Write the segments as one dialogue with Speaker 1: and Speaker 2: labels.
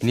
Speaker 1: 你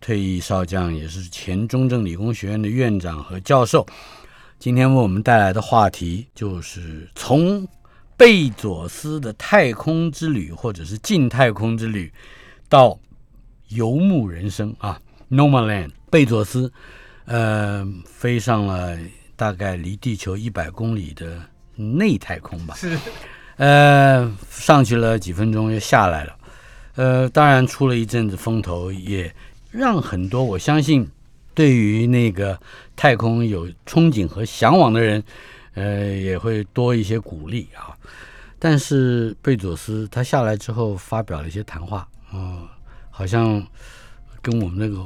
Speaker 2: 退役少将，也是前中正理工学院的院长和教授。今天为我们带来的话题就是从贝佐斯的太空之旅，或者是近太空之旅，到游牧人生啊，Nomaland。贝佐斯，呃，飞上了大概离地球一百公里的内太空吧，
Speaker 3: 是，
Speaker 2: 呃，上去了几分钟又下来了，呃，当然出了一阵子风头，也让很多我相信对于那个太空有憧憬和向往的人，呃，也会多一些鼓励啊。但是贝佐斯他下来之后发表了一些谈话，嗯、好像跟我们那个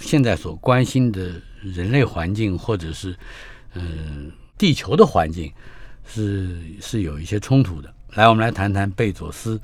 Speaker 2: 现在所关心的人类环境或者是嗯、地球的环境是是有一些冲突的。来，我们来谈谈贝佐斯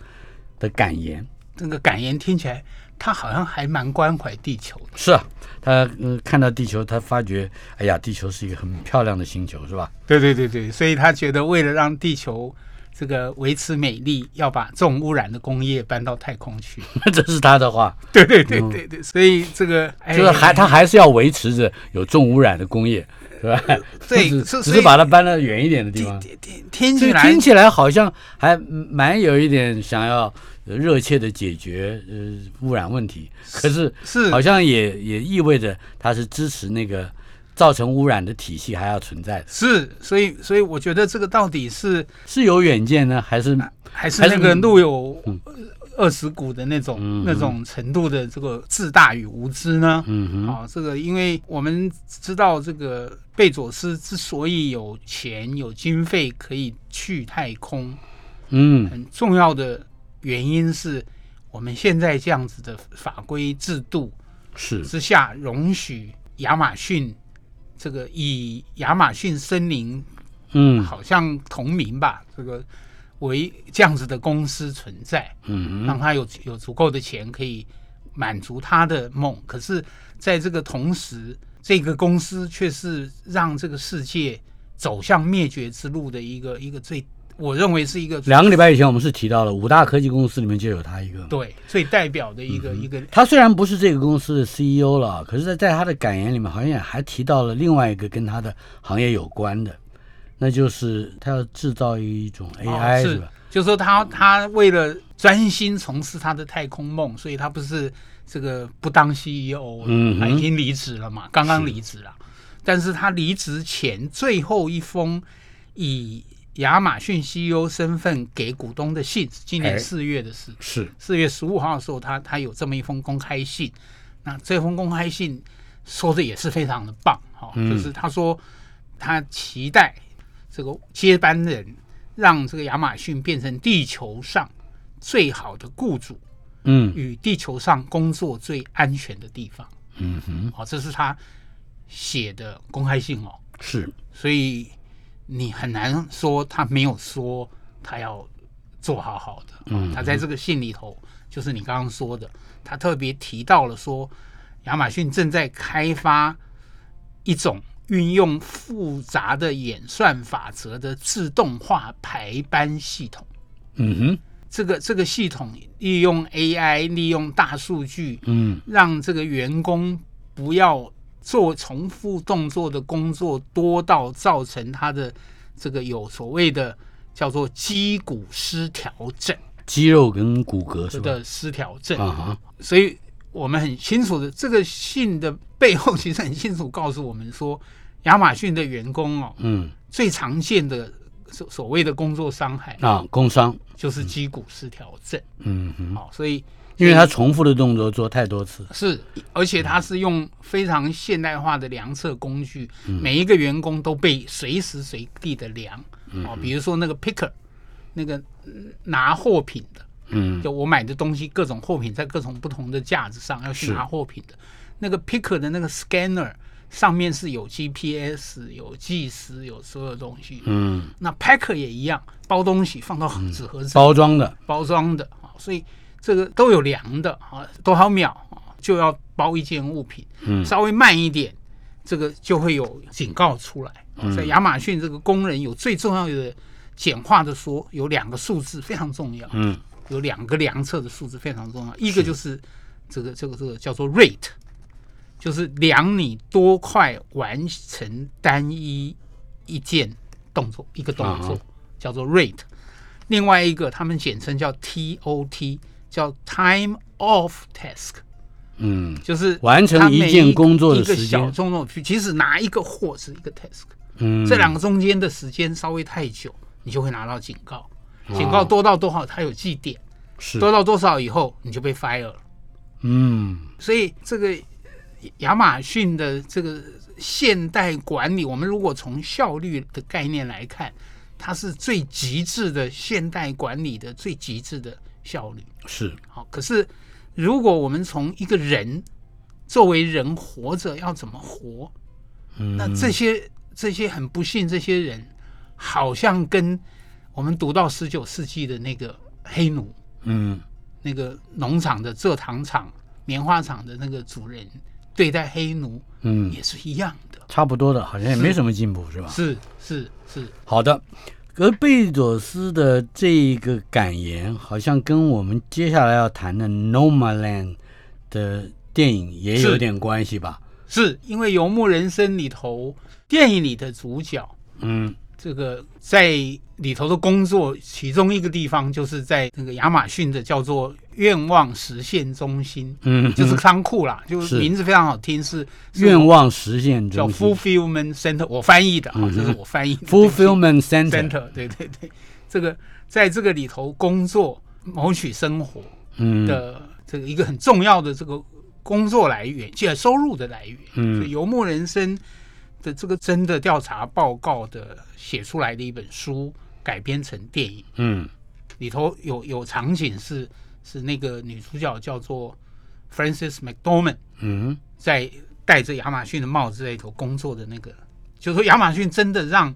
Speaker 2: 的感言。
Speaker 3: 这个感言听起来，他好像还蛮关怀地球的。
Speaker 2: 是啊，他嗯、看到地球，他发觉，哎呀，地球是一个很漂亮的星球，是吧？
Speaker 3: 对对对对，所以他觉得为了让地球这个维持美丽，要把重污染的工业搬到太空去。嗯
Speaker 2: 这是他的话，
Speaker 3: 对对对对对，所以这个哎
Speaker 2: 就是还他还是要维持着有重污染的工业，是吧？
Speaker 3: 对
Speaker 2: 只
Speaker 3: 所以
Speaker 2: 只是把它搬到远一点的地方。
Speaker 3: 听听听
Speaker 2: 这
Speaker 3: 起来
Speaker 2: 听起来好像还蛮有一点想要呃热切的解决呃污染问题，可是
Speaker 3: 是
Speaker 2: 好像也也意味着他是支持那个造成污染的体系还要存在的，
Speaker 3: 是，所以所以我觉得这个到底是
Speaker 2: 是有远见呢，还是
Speaker 3: 还是
Speaker 2: 还是嗯
Speaker 3: 那个路有二十股的那种、那种程度的这个自大与无知呢？
Speaker 2: 嗯哼
Speaker 3: 啊，这个因为我们知道，这个贝佐斯之所以有钱、有经费可以去太空，
Speaker 2: 嗯
Speaker 3: 很重要的原因是我们现在这样子的法规制度
Speaker 2: 是
Speaker 3: 之下，容许亚马逊这个以亚马逊森林
Speaker 2: 嗯
Speaker 3: 好像同名吧，这个为这样子的公司存在。
Speaker 2: 嗯哼
Speaker 3: 让他有有足够的钱可以满足他的梦。可是，在这个同时，这个公司却是让这个世界走向灭绝之路的一个一个最，我认为是一个
Speaker 2: 两个礼拜以前我们是提到了五大科技公司里面就有他一个，
Speaker 3: 对最代表的一
Speaker 2: 嗯
Speaker 3: 个、一个
Speaker 2: 他虽然不是这个公司的 CEO 了，可是在在他的感言里面，好像也还提到了另外一个跟他的行业有关的，那就是他要制造一种 AI，、
Speaker 3: 哦
Speaker 2: 是
Speaker 3: 是
Speaker 2: 吧？，
Speaker 3: 就是说他他为了专心从事他的太空梦，所以他不是这个不当 CEO，
Speaker 2: 嗯哼
Speaker 3: 他已经离职了嘛，刚刚离职了。但是他离职前最后一封以亚马逊 CEO 身份给股东的信，是今
Speaker 2: 哎
Speaker 3: 年四月的事，
Speaker 2: 是，
Speaker 3: 四月十五号的时候，他他有这么一封公开信。那这封公开信说的也是非常的棒，哈、哦，就是他说他期待这个接班人让这个亚马逊变成地球上最好的雇主
Speaker 2: 嗯
Speaker 3: 与地球上工作最安全的地方。
Speaker 2: 嗯哼，
Speaker 3: 好、哦，这是他写的公开信哦，
Speaker 2: 是
Speaker 3: 所以你很难说他没有说他要做好好的。啊
Speaker 2: 嗯
Speaker 3: 他在这个信里头，就是你刚刚说的，他特别提到了说，亚马逊正在开发一种运用复杂的演算法则的自动化排班系统。
Speaker 2: 嗯哼，
Speaker 3: 这个这个系统利用 AI，利用大数据，
Speaker 2: 嗯
Speaker 3: 让这个员工不要做重复动作的工作多到造成他的这个有所谓的叫做肌骨失调症
Speaker 2: 肌肉跟骨骼是吧？
Speaker 3: 的失调症
Speaker 2: 啊哈，
Speaker 3: 所以我们很清楚的，这个信的背后其实很清楚告诉我们说，亚马逊的员工哦，
Speaker 2: 嗯
Speaker 3: 最常见的所所谓的工作伤害
Speaker 2: 啊，工伤，
Speaker 3: 就是肌骨失调症。
Speaker 2: 嗯哼，
Speaker 3: 好，所以
Speaker 2: 因为他重复的动作做太多次，
Speaker 3: 是，而且它是用非常现代化的量测工具，
Speaker 2: 嗯
Speaker 3: 每一个员工都被随时随地的量。
Speaker 2: 嗯
Speaker 3: 哦，比如说那个 picker，那个嗯拿货品的，
Speaker 2: 嗯
Speaker 3: 就我买的东西各种货品在各种不同的架子上要去拿货品的，那个 picker 的那个 scanner 上面是有 GPS、有计时、有所有东西。
Speaker 2: 嗯，
Speaker 3: 那 Packer 也一样，包东西放到纸盒子里
Speaker 2: 包装的，
Speaker 3: 包装的啊，所以这个都有量的啊，多少秒啊就要包一件物品，
Speaker 2: 嗯
Speaker 3: 稍微慢一点，这个就会有警告出来。啊
Speaker 2: 嗯
Speaker 3: 在亚马逊这个工人有最重要的简化的说，有两个数字非常重要，
Speaker 2: 嗯，
Speaker 3: 有两个量测的数字非常重要，一个就是这个这个这个叫做 rate，就是量你多快完成单一一件动作一个动作，
Speaker 2: 啊
Speaker 3: 叫做 rate。另外一个他们简称叫 TOT，叫 time off task，
Speaker 2: 嗯
Speaker 3: 就是
Speaker 2: 完成
Speaker 3: 它
Speaker 2: 一
Speaker 3: 每
Speaker 2: 件工作的
Speaker 3: 一个
Speaker 2: 时
Speaker 3: 小
Speaker 2: 间
Speaker 3: 动作，其实拿一个货是一个 task，
Speaker 2: 嗯，
Speaker 3: 这两个中间的时间稍微太久，你就会拿到警告。警告多到多少，它有记点，
Speaker 2: 是，
Speaker 3: 多到多少以后你就被 fire 了。
Speaker 2: 嗯
Speaker 3: 所以这个亚马逊的这个现代管理，我们如果从效率的概念来看，它是最极致的现代管理的最极致的效率。
Speaker 2: 是，
Speaker 3: 好，可是如果我们从一个人作为人活着要怎么活，
Speaker 2: 嗯
Speaker 3: 那这些这些很不幸，这些人好像跟我们读到十九世纪的那个黑奴，
Speaker 2: 嗯
Speaker 3: 那个农场的蔗糖厂、棉花厂的那个主人对待黑奴
Speaker 2: 嗯，啊
Speaker 3: 也是一样的。
Speaker 2: 差不多的，好像也没什么进步，是吧？
Speaker 3: 是是是，
Speaker 2: 好的，而贝佐斯的这一个感言，好像跟我们接下来要谈的《No Man Land》的电影也有
Speaker 3: 是
Speaker 2: 点关系吧？
Speaker 3: 是因为《游牧人生》里头电影里的主角，
Speaker 2: 嗯
Speaker 3: 这个在里头的工作，其中一个地方就是在那个亚马逊的叫做愿望实现中心，
Speaker 2: 嗯，
Speaker 3: 就是仓库啦，就是
Speaker 2: 是
Speaker 3: 名字非常好听，是是
Speaker 2: 愿望实现
Speaker 3: 叫
Speaker 2: 中心嗯
Speaker 3: fulfillment center，我翻译的啊，这是我翻译的对不起
Speaker 2: （Fulfillment Center）。
Speaker 3: center，对 对对，这个在这个里头工作谋取生活
Speaker 2: 嗯
Speaker 3: 的这个一个很重要的这个工作来源，即收入的来源。所
Speaker 2: 嗯
Speaker 3: 以游牧人生的这个真的调查报告的写出来的一本书改编成电影，
Speaker 2: 嗯
Speaker 3: 里头有有场景是是那个女主角叫做 Frances McDormand
Speaker 2: 嗯
Speaker 3: 在戴着亚马逊的帽子在里头工作的那个，就是说亚马逊真的让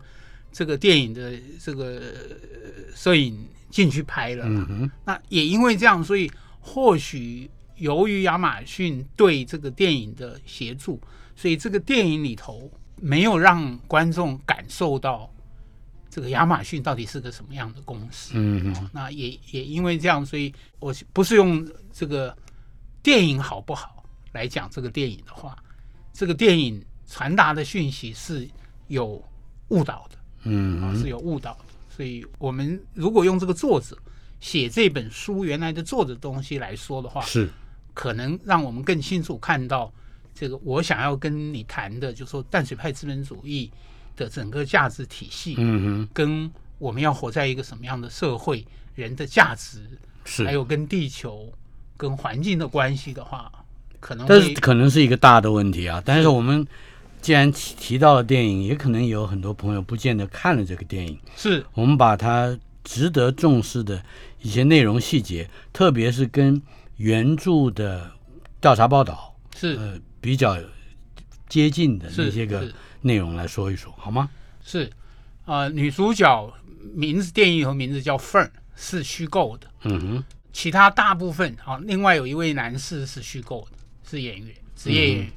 Speaker 3: 这个电影的这个呃摄影进去拍了啦。
Speaker 2: 嗯哼
Speaker 3: 那也因为这样，所以或许由于亚马逊对这个电影的协助，所以这个电影里头没有让观众感受到这个亚马逊到底是个什么样的公司。
Speaker 2: 嗯哼
Speaker 3: 那也也因为这样，所以我不是用这个电影好不好来讲这个电影的话，这个电影传达的讯息是有误导的。
Speaker 2: 嗯
Speaker 3: 啊，
Speaker 2: 哼
Speaker 3: 是有误导的。所以我们如果用这个作者写这本书原来的作者东西来说的话，
Speaker 2: 是
Speaker 3: 可能让我们更清楚看到这个我想要跟你谈的，就是说淡水派资本主义的整个价值体系，
Speaker 2: 嗯哼
Speaker 3: 跟我们要活在一个什么样的社会，人的价值，还
Speaker 2: 是，
Speaker 3: 有跟地球、跟环境的关系的话，可能
Speaker 2: 但是
Speaker 3: 会
Speaker 2: 可能是一个大的问题啊。但是我们既然提提到了电影，也可能有很多朋友不见得看了这个电影。
Speaker 3: 是
Speaker 2: 我们把它值得重视的一些内容细节，特别是跟原著的调查报道
Speaker 3: 是
Speaker 2: 呃比较接近的那
Speaker 3: 是
Speaker 2: 些
Speaker 3: 是
Speaker 2: 个内容来说一说，好吗？
Speaker 3: 是，呃，女主角名字电影里头名字叫 Fern，是虚构的。
Speaker 2: 嗯哼，
Speaker 3: 其他大部分啊，另外有一位男士是虚构的，是演员，职业演员。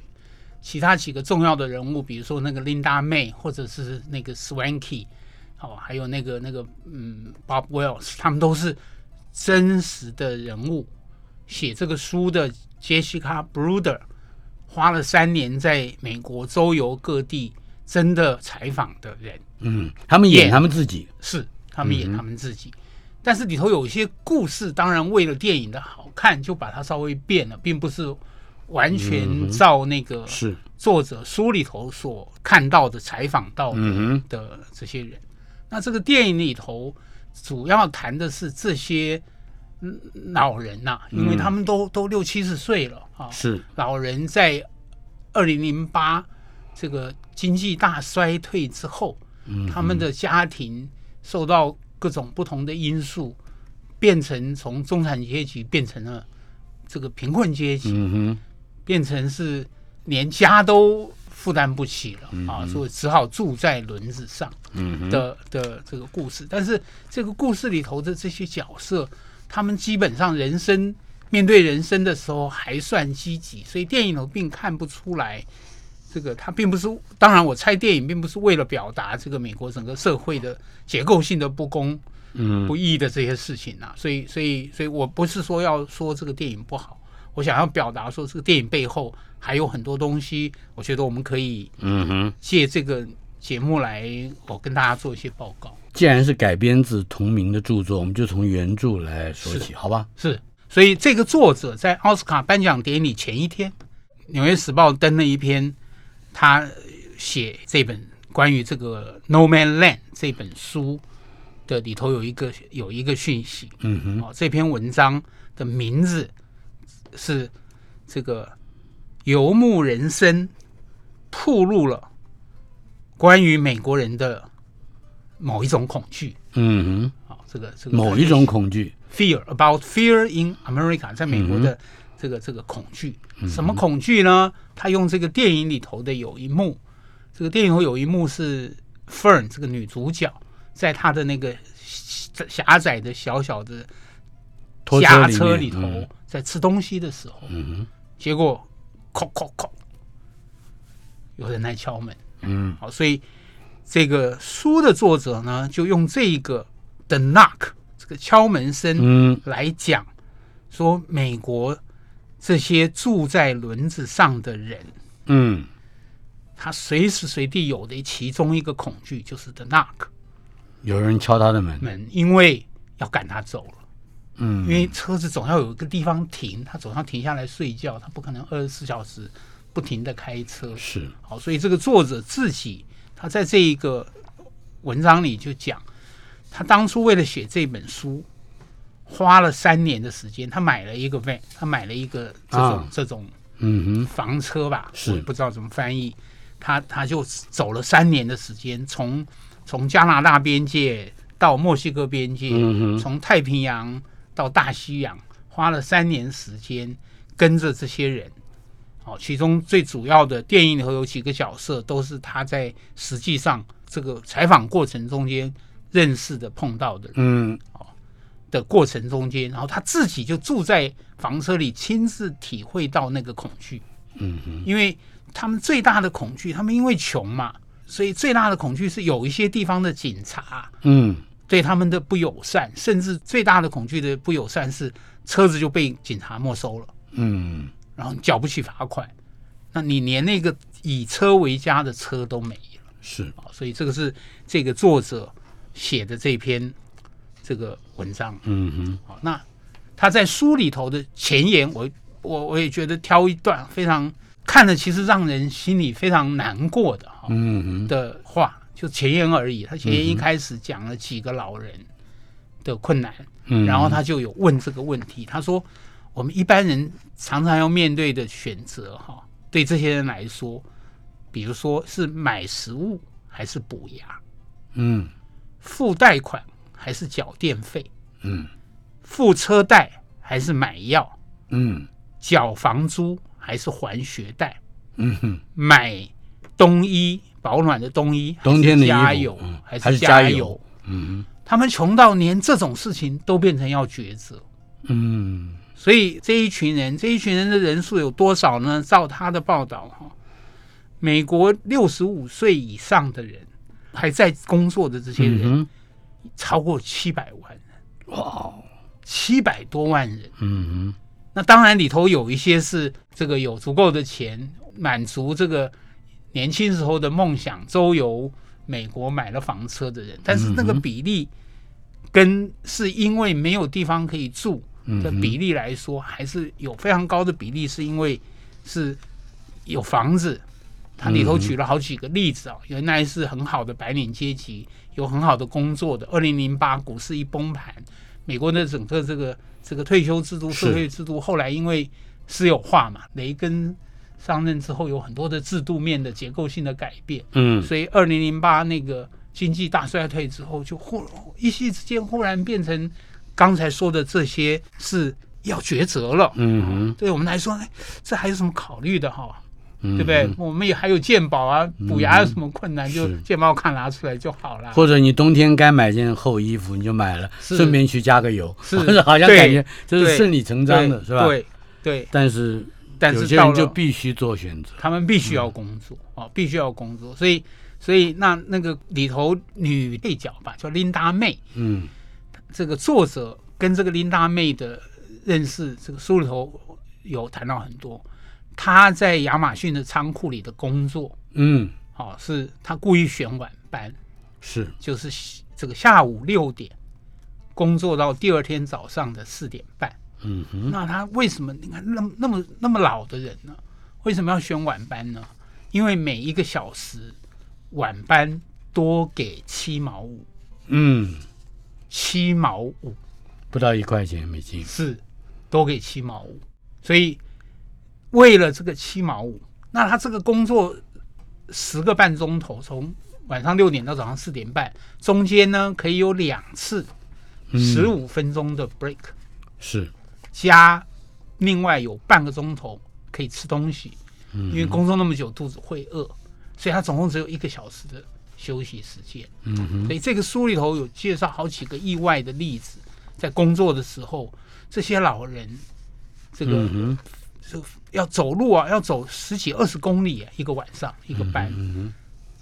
Speaker 3: 其他几个重要的人物，比如说那个琳达妹，或者是那个 Swanky，哦，还有那个那个嗯 Bob Wells，他们都是真实的人物。写这个书的 Jessica Bruder 花了三年在美国周游各地，真的采访的人。
Speaker 2: 嗯，他们演
Speaker 3: 演
Speaker 2: 他们自己，
Speaker 3: 是他们
Speaker 2: 嗯
Speaker 3: 演他们自己。但是里头有一些故事，当然为了电影的好看，就把它稍微变了，并不是完全照那个
Speaker 2: 嗯是，
Speaker 3: 作者书里头所看到的、采访到的
Speaker 2: 嗯
Speaker 3: 的这些人。那这个电影里头主要谈的是这些嗯老人呐、因
Speaker 2: 嗯
Speaker 3: 为他们都都六七十岁了啊
Speaker 2: 哼，，是，
Speaker 3: 老人在二零零八这个经济大衰退之后，他们的家庭受到各种不同的因素，变成从中产阶级变成了这个贫困阶级，
Speaker 2: 嗯哼，
Speaker 3: 变成是连家都负担不起了啊，所以只好住在轮子上的的这个故事。但是这个故事里头的这些角色，他们基本上人生面对人生的时候还算积极，所以电影里头并看不出来。这个它并不是，当然我猜电影并不是为了表达这个美国整个社会的结构性的不公、嗯不义的这些事情啊，所以所以所以我不是说要说这个电影不好，我想要表达说这个电影背后还有很多东西，我觉得我们可以
Speaker 2: 嗯哼，
Speaker 3: 借这个节目来，我跟大家做一些报告。
Speaker 2: 既然是改编自同名的著作，我们就从原著来说起，好吧？
Speaker 3: 是，所以这个作者在奥斯卡颁奖典礼前一天，《纽约时报》登了一篇他写这本关于这个《No Man Land》这本书的里头有一个有一个讯息，
Speaker 2: 嗯哼，
Speaker 3: 哦，这篇文章的名字是这个游牧人生暴露了关于美国人的某一种恐惧。
Speaker 2: 嗯
Speaker 3: 啊、这个这
Speaker 2: 哼，
Speaker 3: 个
Speaker 2: 某一种恐惧，
Speaker 3: fear about fear in America，在美国
Speaker 2: 嗯
Speaker 3: 的这个、这个恐惧，什么恐惧呢？他用这个电影里头的有一幕，这个电影里头有一幕是 Fern 这个女主角在她的那个狭狭窄的小小的
Speaker 2: 拖
Speaker 3: 家
Speaker 2: 里
Speaker 3: 车
Speaker 2: 面
Speaker 3: 里头
Speaker 2: 嗯
Speaker 3: 在吃东西的时候，
Speaker 2: 嗯
Speaker 3: 结果叩叩叩，有人来敲门。
Speaker 2: 嗯
Speaker 3: 好，所以这个书的作者呢，就用这一个 the knock 这个敲门声，
Speaker 2: 嗯
Speaker 3: 来讲，说美国这些住在轮子上的人，
Speaker 2: 嗯
Speaker 3: 他随时随地有的其中一个恐惧就是 the knock
Speaker 2: 有人敲他的门，
Speaker 3: 门，因为要赶他走了，因
Speaker 2: 嗯
Speaker 3: 为车子总要有一个地方停，他总要停下来睡觉，他不可能二十四小时不停的开车。
Speaker 2: 是，
Speaker 3: 好，所以这个作者自己他在这一个文章里就讲，他当初为了写这本书，花了三年的时间，他买了一个 van，他买了一个这种、
Speaker 2: 啊
Speaker 3: 这种
Speaker 2: 嗯哼，
Speaker 3: 房车吧，
Speaker 2: 是
Speaker 3: 我也不知道怎么翻译。他他就走了三年的时间，从从加拿大边界到墨西哥边界，
Speaker 2: 嗯哼
Speaker 3: 从太平洋到大西洋，花了三年时间跟着这些人。哦，其中最主要的电影里头有几个角色都是他在实际上这个采访过程中间认识的、碰到的人。
Speaker 2: 嗯
Speaker 3: 的过程中间，然后他自己就住在房车里，亲自体会到那个恐惧。嗯，因为他们最大的恐惧，他们因为穷嘛，所以最大的恐惧是有一些地方的警察
Speaker 2: 嗯
Speaker 3: 对他们的不友善，甚至最大的恐惧的不友善是车子就被警察没收了，
Speaker 2: 嗯
Speaker 3: 然后你缴不起罚款，那你连那个以车为家的车都没了。
Speaker 2: 是，
Speaker 3: 啊，所以这个是这个作者写的这篇这个文章。
Speaker 2: 嗯哼，
Speaker 3: 好，那他在书里头的前言，我我我也觉得挑一段非常看了，其实让人心里非常难过的哈、
Speaker 2: 嗯哼，
Speaker 3: 的话，就前言而已。他前言一开始讲了几个老人的困难，
Speaker 2: 嗯
Speaker 3: 然后他就有问这个问题，他说我们一般人常常要面对的选择哈、对这些人来说，比如说是买食物还是补牙，
Speaker 2: 嗯
Speaker 3: 付贷款还是缴电费。
Speaker 2: 嗯
Speaker 3: 付车贷还是买药，
Speaker 2: 嗯
Speaker 3: 缴房租还是还学贷，
Speaker 2: 嗯哼，
Speaker 3: 买冬衣保暖的冬衣，
Speaker 2: 冬天的衣服
Speaker 3: 还是加油
Speaker 2: 嗯
Speaker 3: 还
Speaker 2: 还是
Speaker 3: 是
Speaker 2: 加
Speaker 3: 加
Speaker 2: 油
Speaker 3: 油？
Speaker 2: 嗯
Speaker 3: 他们穷到连这种事情都变成要抉择，
Speaker 2: 嗯
Speaker 3: 所以这一群人，这一群人的人数有多少呢？照他的报道哈，美国六十五岁以上的人还在工作的这些
Speaker 2: 嗯
Speaker 3: 人，
Speaker 2: 哼，
Speaker 3: 超过七百万人，
Speaker 2: 哇哦，
Speaker 3: 七百多万人。
Speaker 2: 嗯
Speaker 3: 那当然里头有一些是这个有足够的钱，满足这个年轻时候的梦想，周游美国买了房车的人，但是那个比例跟是因为没有地方可以住的比例来说，还是有非常高的比例，是因为是有房子。它里头举了好几个例子啊，原来是很好的白领阶级，有很好的工作的。二零零八股市一崩盘，美国的整个这个这个退休制度、
Speaker 2: 是
Speaker 3: 社会制度，后来因为私有化嘛，雷根上任之后有很多的制度面的结构性的改变，
Speaker 2: 哼，嗯
Speaker 3: 所以二零零八那个经济大衰退之后，就忽一夕之间忽然变成刚才说的这些是要抉择了。
Speaker 2: 嗯哼，
Speaker 3: 对我们来说，哎这还有什么考虑的哈？
Speaker 2: 对
Speaker 3: 对不对？我们也还有鉴宝啊，补牙有什么困难、就是鉴宝卡拿出来就好了。
Speaker 2: 嗯或者你冬天该买件厚衣服，你就买了，
Speaker 3: 啊是
Speaker 2: 顺便去加个油，
Speaker 3: 是
Speaker 2: 或者 好像
Speaker 3: 对
Speaker 2: 感觉这是
Speaker 3: 对
Speaker 2: 顺理成章的，是吧？。
Speaker 3: 对对，
Speaker 2: 但是
Speaker 3: 但
Speaker 2: 有
Speaker 3: 是
Speaker 2: 些
Speaker 3: 到
Speaker 2: 人就
Speaker 3: 了
Speaker 2: 必须做选择，
Speaker 3: 他们必须要工作哦，必须要工作，所以所以那那个里头女配角吧，叫琳达妹，
Speaker 2: 嗯，
Speaker 3: 这个作者跟这个琳达妹的认识，这个书里头有谈到很多。她在亚马逊的仓库里的工作，
Speaker 2: 嗯，
Speaker 3: 哦，是她故意选晚班，
Speaker 2: 是，
Speaker 3: 就是这个下午六点工作到第二天早上的四点半。
Speaker 2: 嗯哼，
Speaker 3: 那他为什么你看那么那么那么老的人呢？为什么要选晚班呢？因为每一个小时晚班多给七毛五，
Speaker 2: 嗯，
Speaker 3: 七毛五
Speaker 2: 不到一块钱美金，
Speaker 3: 是多给七毛五，所以为了这个七毛五，那他这个工作十个半钟头，从晚上六点到早上四点半，中间呢可以有两次十五分钟的 break，、
Speaker 2: 是，
Speaker 3: 加另外有半个钟头可以吃东西，
Speaker 2: 嗯
Speaker 3: 因为工作那么久肚子会饿，所以他总共只有一个小时的休息时间。
Speaker 2: 嗯哼，
Speaker 3: 所以这个书里头有介绍好几个意外的例子，在工作的时候，这些老人这个、
Speaker 2: 嗯哼，
Speaker 3: 就要走路啊，要走十几二十公里、啊、一个晚上
Speaker 2: 嗯
Speaker 3: 一个班。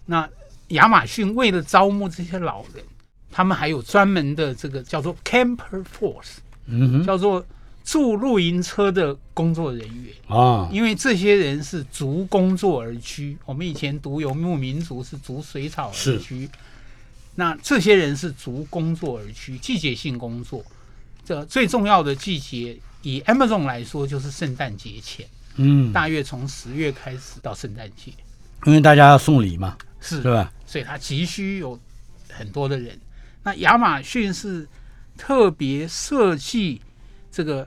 Speaker 3: 那亚马逊为了招募这些老人，他们还有专门的这个叫做 camper force，
Speaker 2: 嗯哼，
Speaker 3: 叫做驻露营车的工作人员，
Speaker 2: 啊，
Speaker 3: 因为这些人是逐工作而居。我们以前读游牧民族是逐水草而居，那这些人是逐工作而居，季节性工作。这最重要的季节，以 Amazon 来说，就是圣诞节前，
Speaker 2: 嗯，
Speaker 3: 大约从十月开始到圣诞节，
Speaker 2: 因为大家要送礼嘛，
Speaker 3: 是
Speaker 2: 是吧？
Speaker 3: 所以它急需有很多的人。那亚马逊是特别设计这个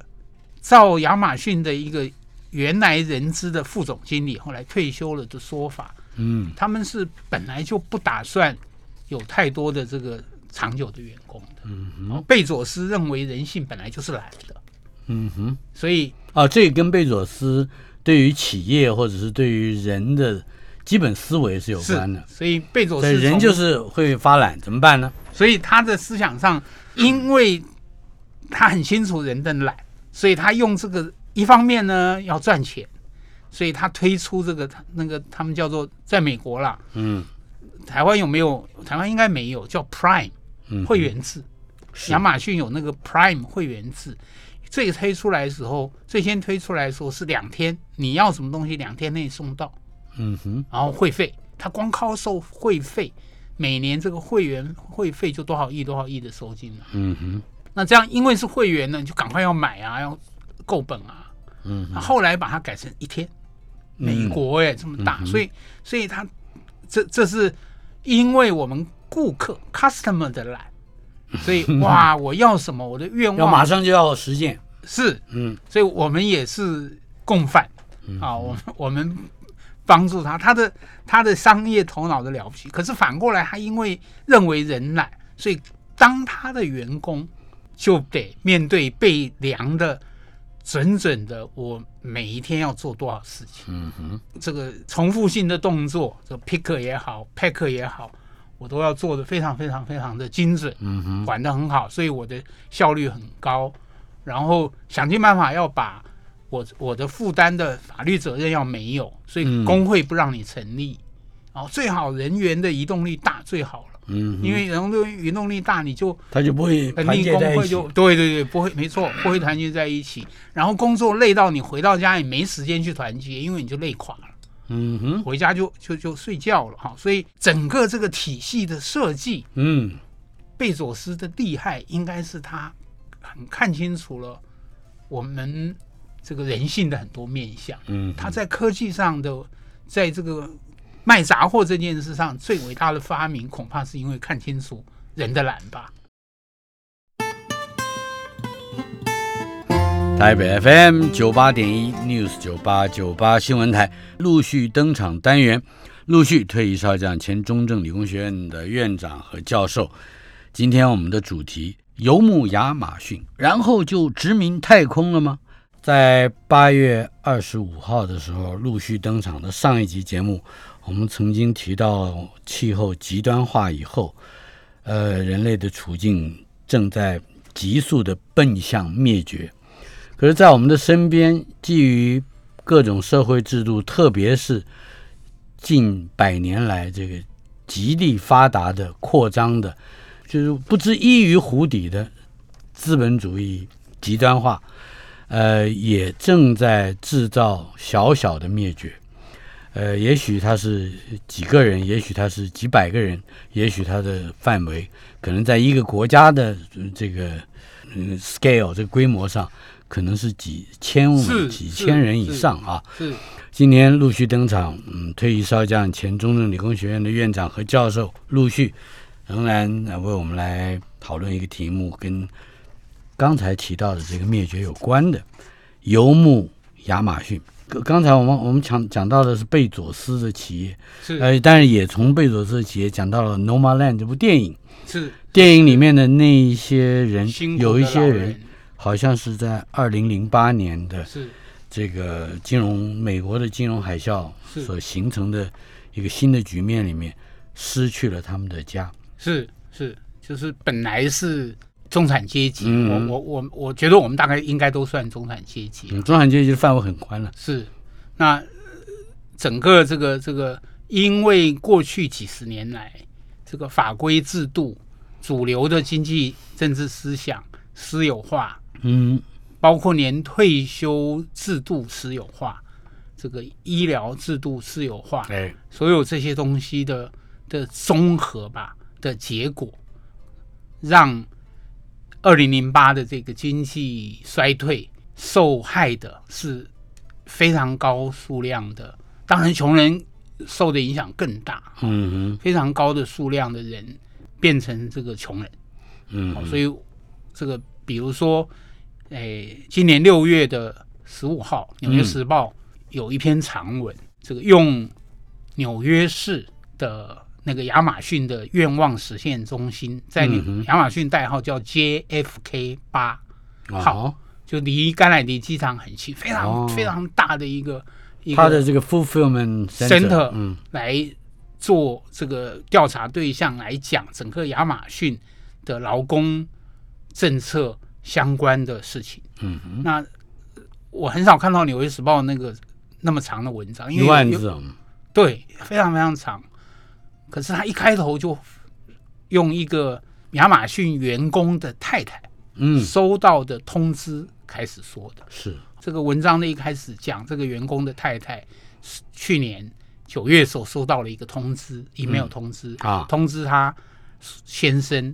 Speaker 3: 照亚马逊的一个原来人资的副总经理，后来退休了的说法，
Speaker 2: 嗯，
Speaker 3: 他们是本来就不打算有太多的这个长久的员工的。嗯，贝佐斯认为人性本来就是懒的，
Speaker 2: 嗯哼，
Speaker 3: 所以
Speaker 2: 啊，这跟贝佐斯对于企业或者是对于人的基本思维是有
Speaker 3: 是
Speaker 2: 关的，，
Speaker 3: 所以贝佐
Speaker 2: 所
Speaker 3: 斯
Speaker 2: 以人
Speaker 3: 从
Speaker 2: 就是会发懒，怎么办呢？
Speaker 3: 所以他的思想上，因为他很清楚人的懒，所以他用这个一方面呢要赚钱，所以他推出这个他那个他们叫做在美国啦，
Speaker 2: 嗯，
Speaker 3: 台湾有没有？台湾应该没有，叫 Prime
Speaker 2: 嗯
Speaker 3: 会员制，
Speaker 2: 是
Speaker 3: 亚马逊有那个 Prime 会员制。最推出来的时候，最先推出来的时候是两天，你要什么东西两天内送到，
Speaker 2: 嗯哼，
Speaker 3: 然后会费，他光靠收会费，每年这个会员会费就多少亿多少亿的收进来。
Speaker 2: 嗯哼，
Speaker 3: 那这样因为是会员呢，你就赶快要买啊，要够本啊。
Speaker 2: 嗯，
Speaker 3: 后来把它改成一天，美国哎、这么大，
Speaker 2: 嗯
Speaker 3: 所以所以它这这是因为我们顾客 customer 的懒，所以 哇，我要什么，我的愿
Speaker 2: 要马
Speaker 3: 望
Speaker 2: 上就要实践，
Speaker 3: 是，
Speaker 2: 嗯，
Speaker 3: 所以我们也是共犯啊，我们我们帮助他，他的他的商业头脑的了不起，可是反过来，他因为认为人懒，所以当他的员工就得面对被量的准准的，我每一天要做多少事情，
Speaker 2: 嗯哼，
Speaker 3: 这个重复性的动作，这个 pick 也好，pack 也好，我都要做的非常非常非常的精准，
Speaker 2: 嗯哼，
Speaker 3: 管得很好，所以我的效率很高。然后想尽办法要把我我的负担的法律责任要没有，所以工会不让你成立。哦，最好人员的移动力大最好了，
Speaker 2: 嗯哼，
Speaker 3: 因为人的移动力大，你就
Speaker 2: 他就不会
Speaker 3: 成
Speaker 2: 团
Speaker 3: 立
Speaker 2: 结在
Speaker 3: 呃工
Speaker 2: 一
Speaker 3: 会
Speaker 2: 起
Speaker 3: 就，对对对，不会没错，不会团结在一起。然后工作累到你回到家也没时间去团结，因为你就累垮了。
Speaker 2: 嗯哼，
Speaker 3: 回家就就就睡觉了哈，所以整个这个体系的设计，
Speaker 2: 嗯，
Speaker 3: 贝佐斯的厉害应该是他很看清楚了我们这个人性的很多面相。
Speaker 2: 嗯
Speaker 3: 他在科技上的，在这个卖杂货这件事上最伟大的发明，恐怕是因为看清楚人的懒吧。
Speaker 2: 台北 FM 九八点一 News 九八九八新闻台陆续登场单元，陆续退役少将、前中正理工学院的院长和教授。今天我们的主题游牧亚马逊，然后就殖民太空了吗？在八月二十五号的时候陆续登场的上一集节目，我们曾经提到气候极端化以后，呃，人类的处境正在急速的奔向灭绝。可是，在我们的身边，基于各种社会制度，特别是近百年来这个极力发达的、扩张的，就是不知依于湖底的资本主义极端化，呃，也正在制造小小的灭绝。呃，也许它是几个人，也许它是几百个人，也许它的范围可能在一个国家的呃这个嗯 scale 这个规模上，可能是几千
Speaker 3: 是
Speaker 2: 万、几
Speaker 3: 是
Speaker 2: 千人以
Speaker 3: 是
Speaker 2: 上啊。
Speaker 3: 是
Speaker 2: 今年陆续登场，嗯，退役少将、前中正理工学院的院长和教授陆续仍然呃为我们来讨论一个题目，跟刚才提到的这个灭绝有关的游牧亚马逊。刚刚才我们我们讲讲到的是贝佐斯的企业，
Speaker 3: 是
Speaker 2: 呃，但是也从贝佐斯的企业讲到了《Nomadland》这部电影。
Speaker 3: 是
Speaker 2: 电影里面的那一些人
Speaker 3: 辛，苦
Speaker 2: 有一
Speaker 3: 的
Speaker 2: 些
Speaker 3: 老
Speaker 2: 人好像是在二零零八年的
Speaker 3: 是
Speaker 2: 这个金融美国的金融海啸
Speaker 3: 是
Speaker 2: 所形成的一个新的局面里面，失去了他们的家。
Speaker 3: 是是，就是本来是中产阶级，
Speaker 2: 嗯
Speaker 3: 我我我我觉得我们大概应该都算中产阶级，
Speaker 2: 嗯，中产阶级的范围很宽了。
Speaker 3: 是，那呃整个这个这个，因为过去几十年来，这个法规制度、主流的经济政治思想私有化，
Speaker 2: 嗯
Speaker 3: 包括连退休制度私有化，这个医疗制度私有化，
Speaker 2: 哎，
Speaker 3: 所有这些东西的的综合吧的结果，让二零零八的这个经济衰退受害的是非常高数量的，当然穷人受的影响更大，
Speaker 2: 嗯
Speaker 3: 非常高的数量的人变成这个穷人。
Speaker 2: 哼，嗯哼，
Speaker 3: 所以这个比如说，诶、今年六月的十五号，《
Speaker 2: 嗯
Speaker 3: 纽约时报》有一篇长文，这个用纽约市的那个亚马逊的愿望实现中心，在
Speaker 2: 嗯
Speaker 3: 纽亚马逊代号叫 JFK 八、
Speaker 2: 嗯好，
Speaker 3: 就离甘乃迪机场很近，非常、
Speaker 2: 哦
Speaker 3: 非常大的一个一
Speaker 2: 他的
Speaker 3: 个
Speaker 2: 这个 fulfillment
Speaker 3: Center
Speaker 2: 嗯
Speaker 3: 来做这个调查对象来讲，整个亚马逊的劳工政策相关的事情。
Speaker 2: 嗯哼，
Speaker 3: 那呃我很少看到《纽约时报》那个那么长的文章，因
Speaker 2: 一
Speaker 3: 为
Speaker 2: 万
Speaker 3: 有
Speaker 2: 字，嗯
Speaker 3: 对，非常非常长。可是他一开头就用一个亚马逊员工的太太
Speaker 2: 嗯
Speaker 3: 收到的通知开始说的。
Speaker 2: 是，
Speaker 3: 这个文章的一开始讲，这个员工的太太是去年九月时候收到了一个通知，email 通知、
Speaker 2: 啊
Speaker 3: 通知他先生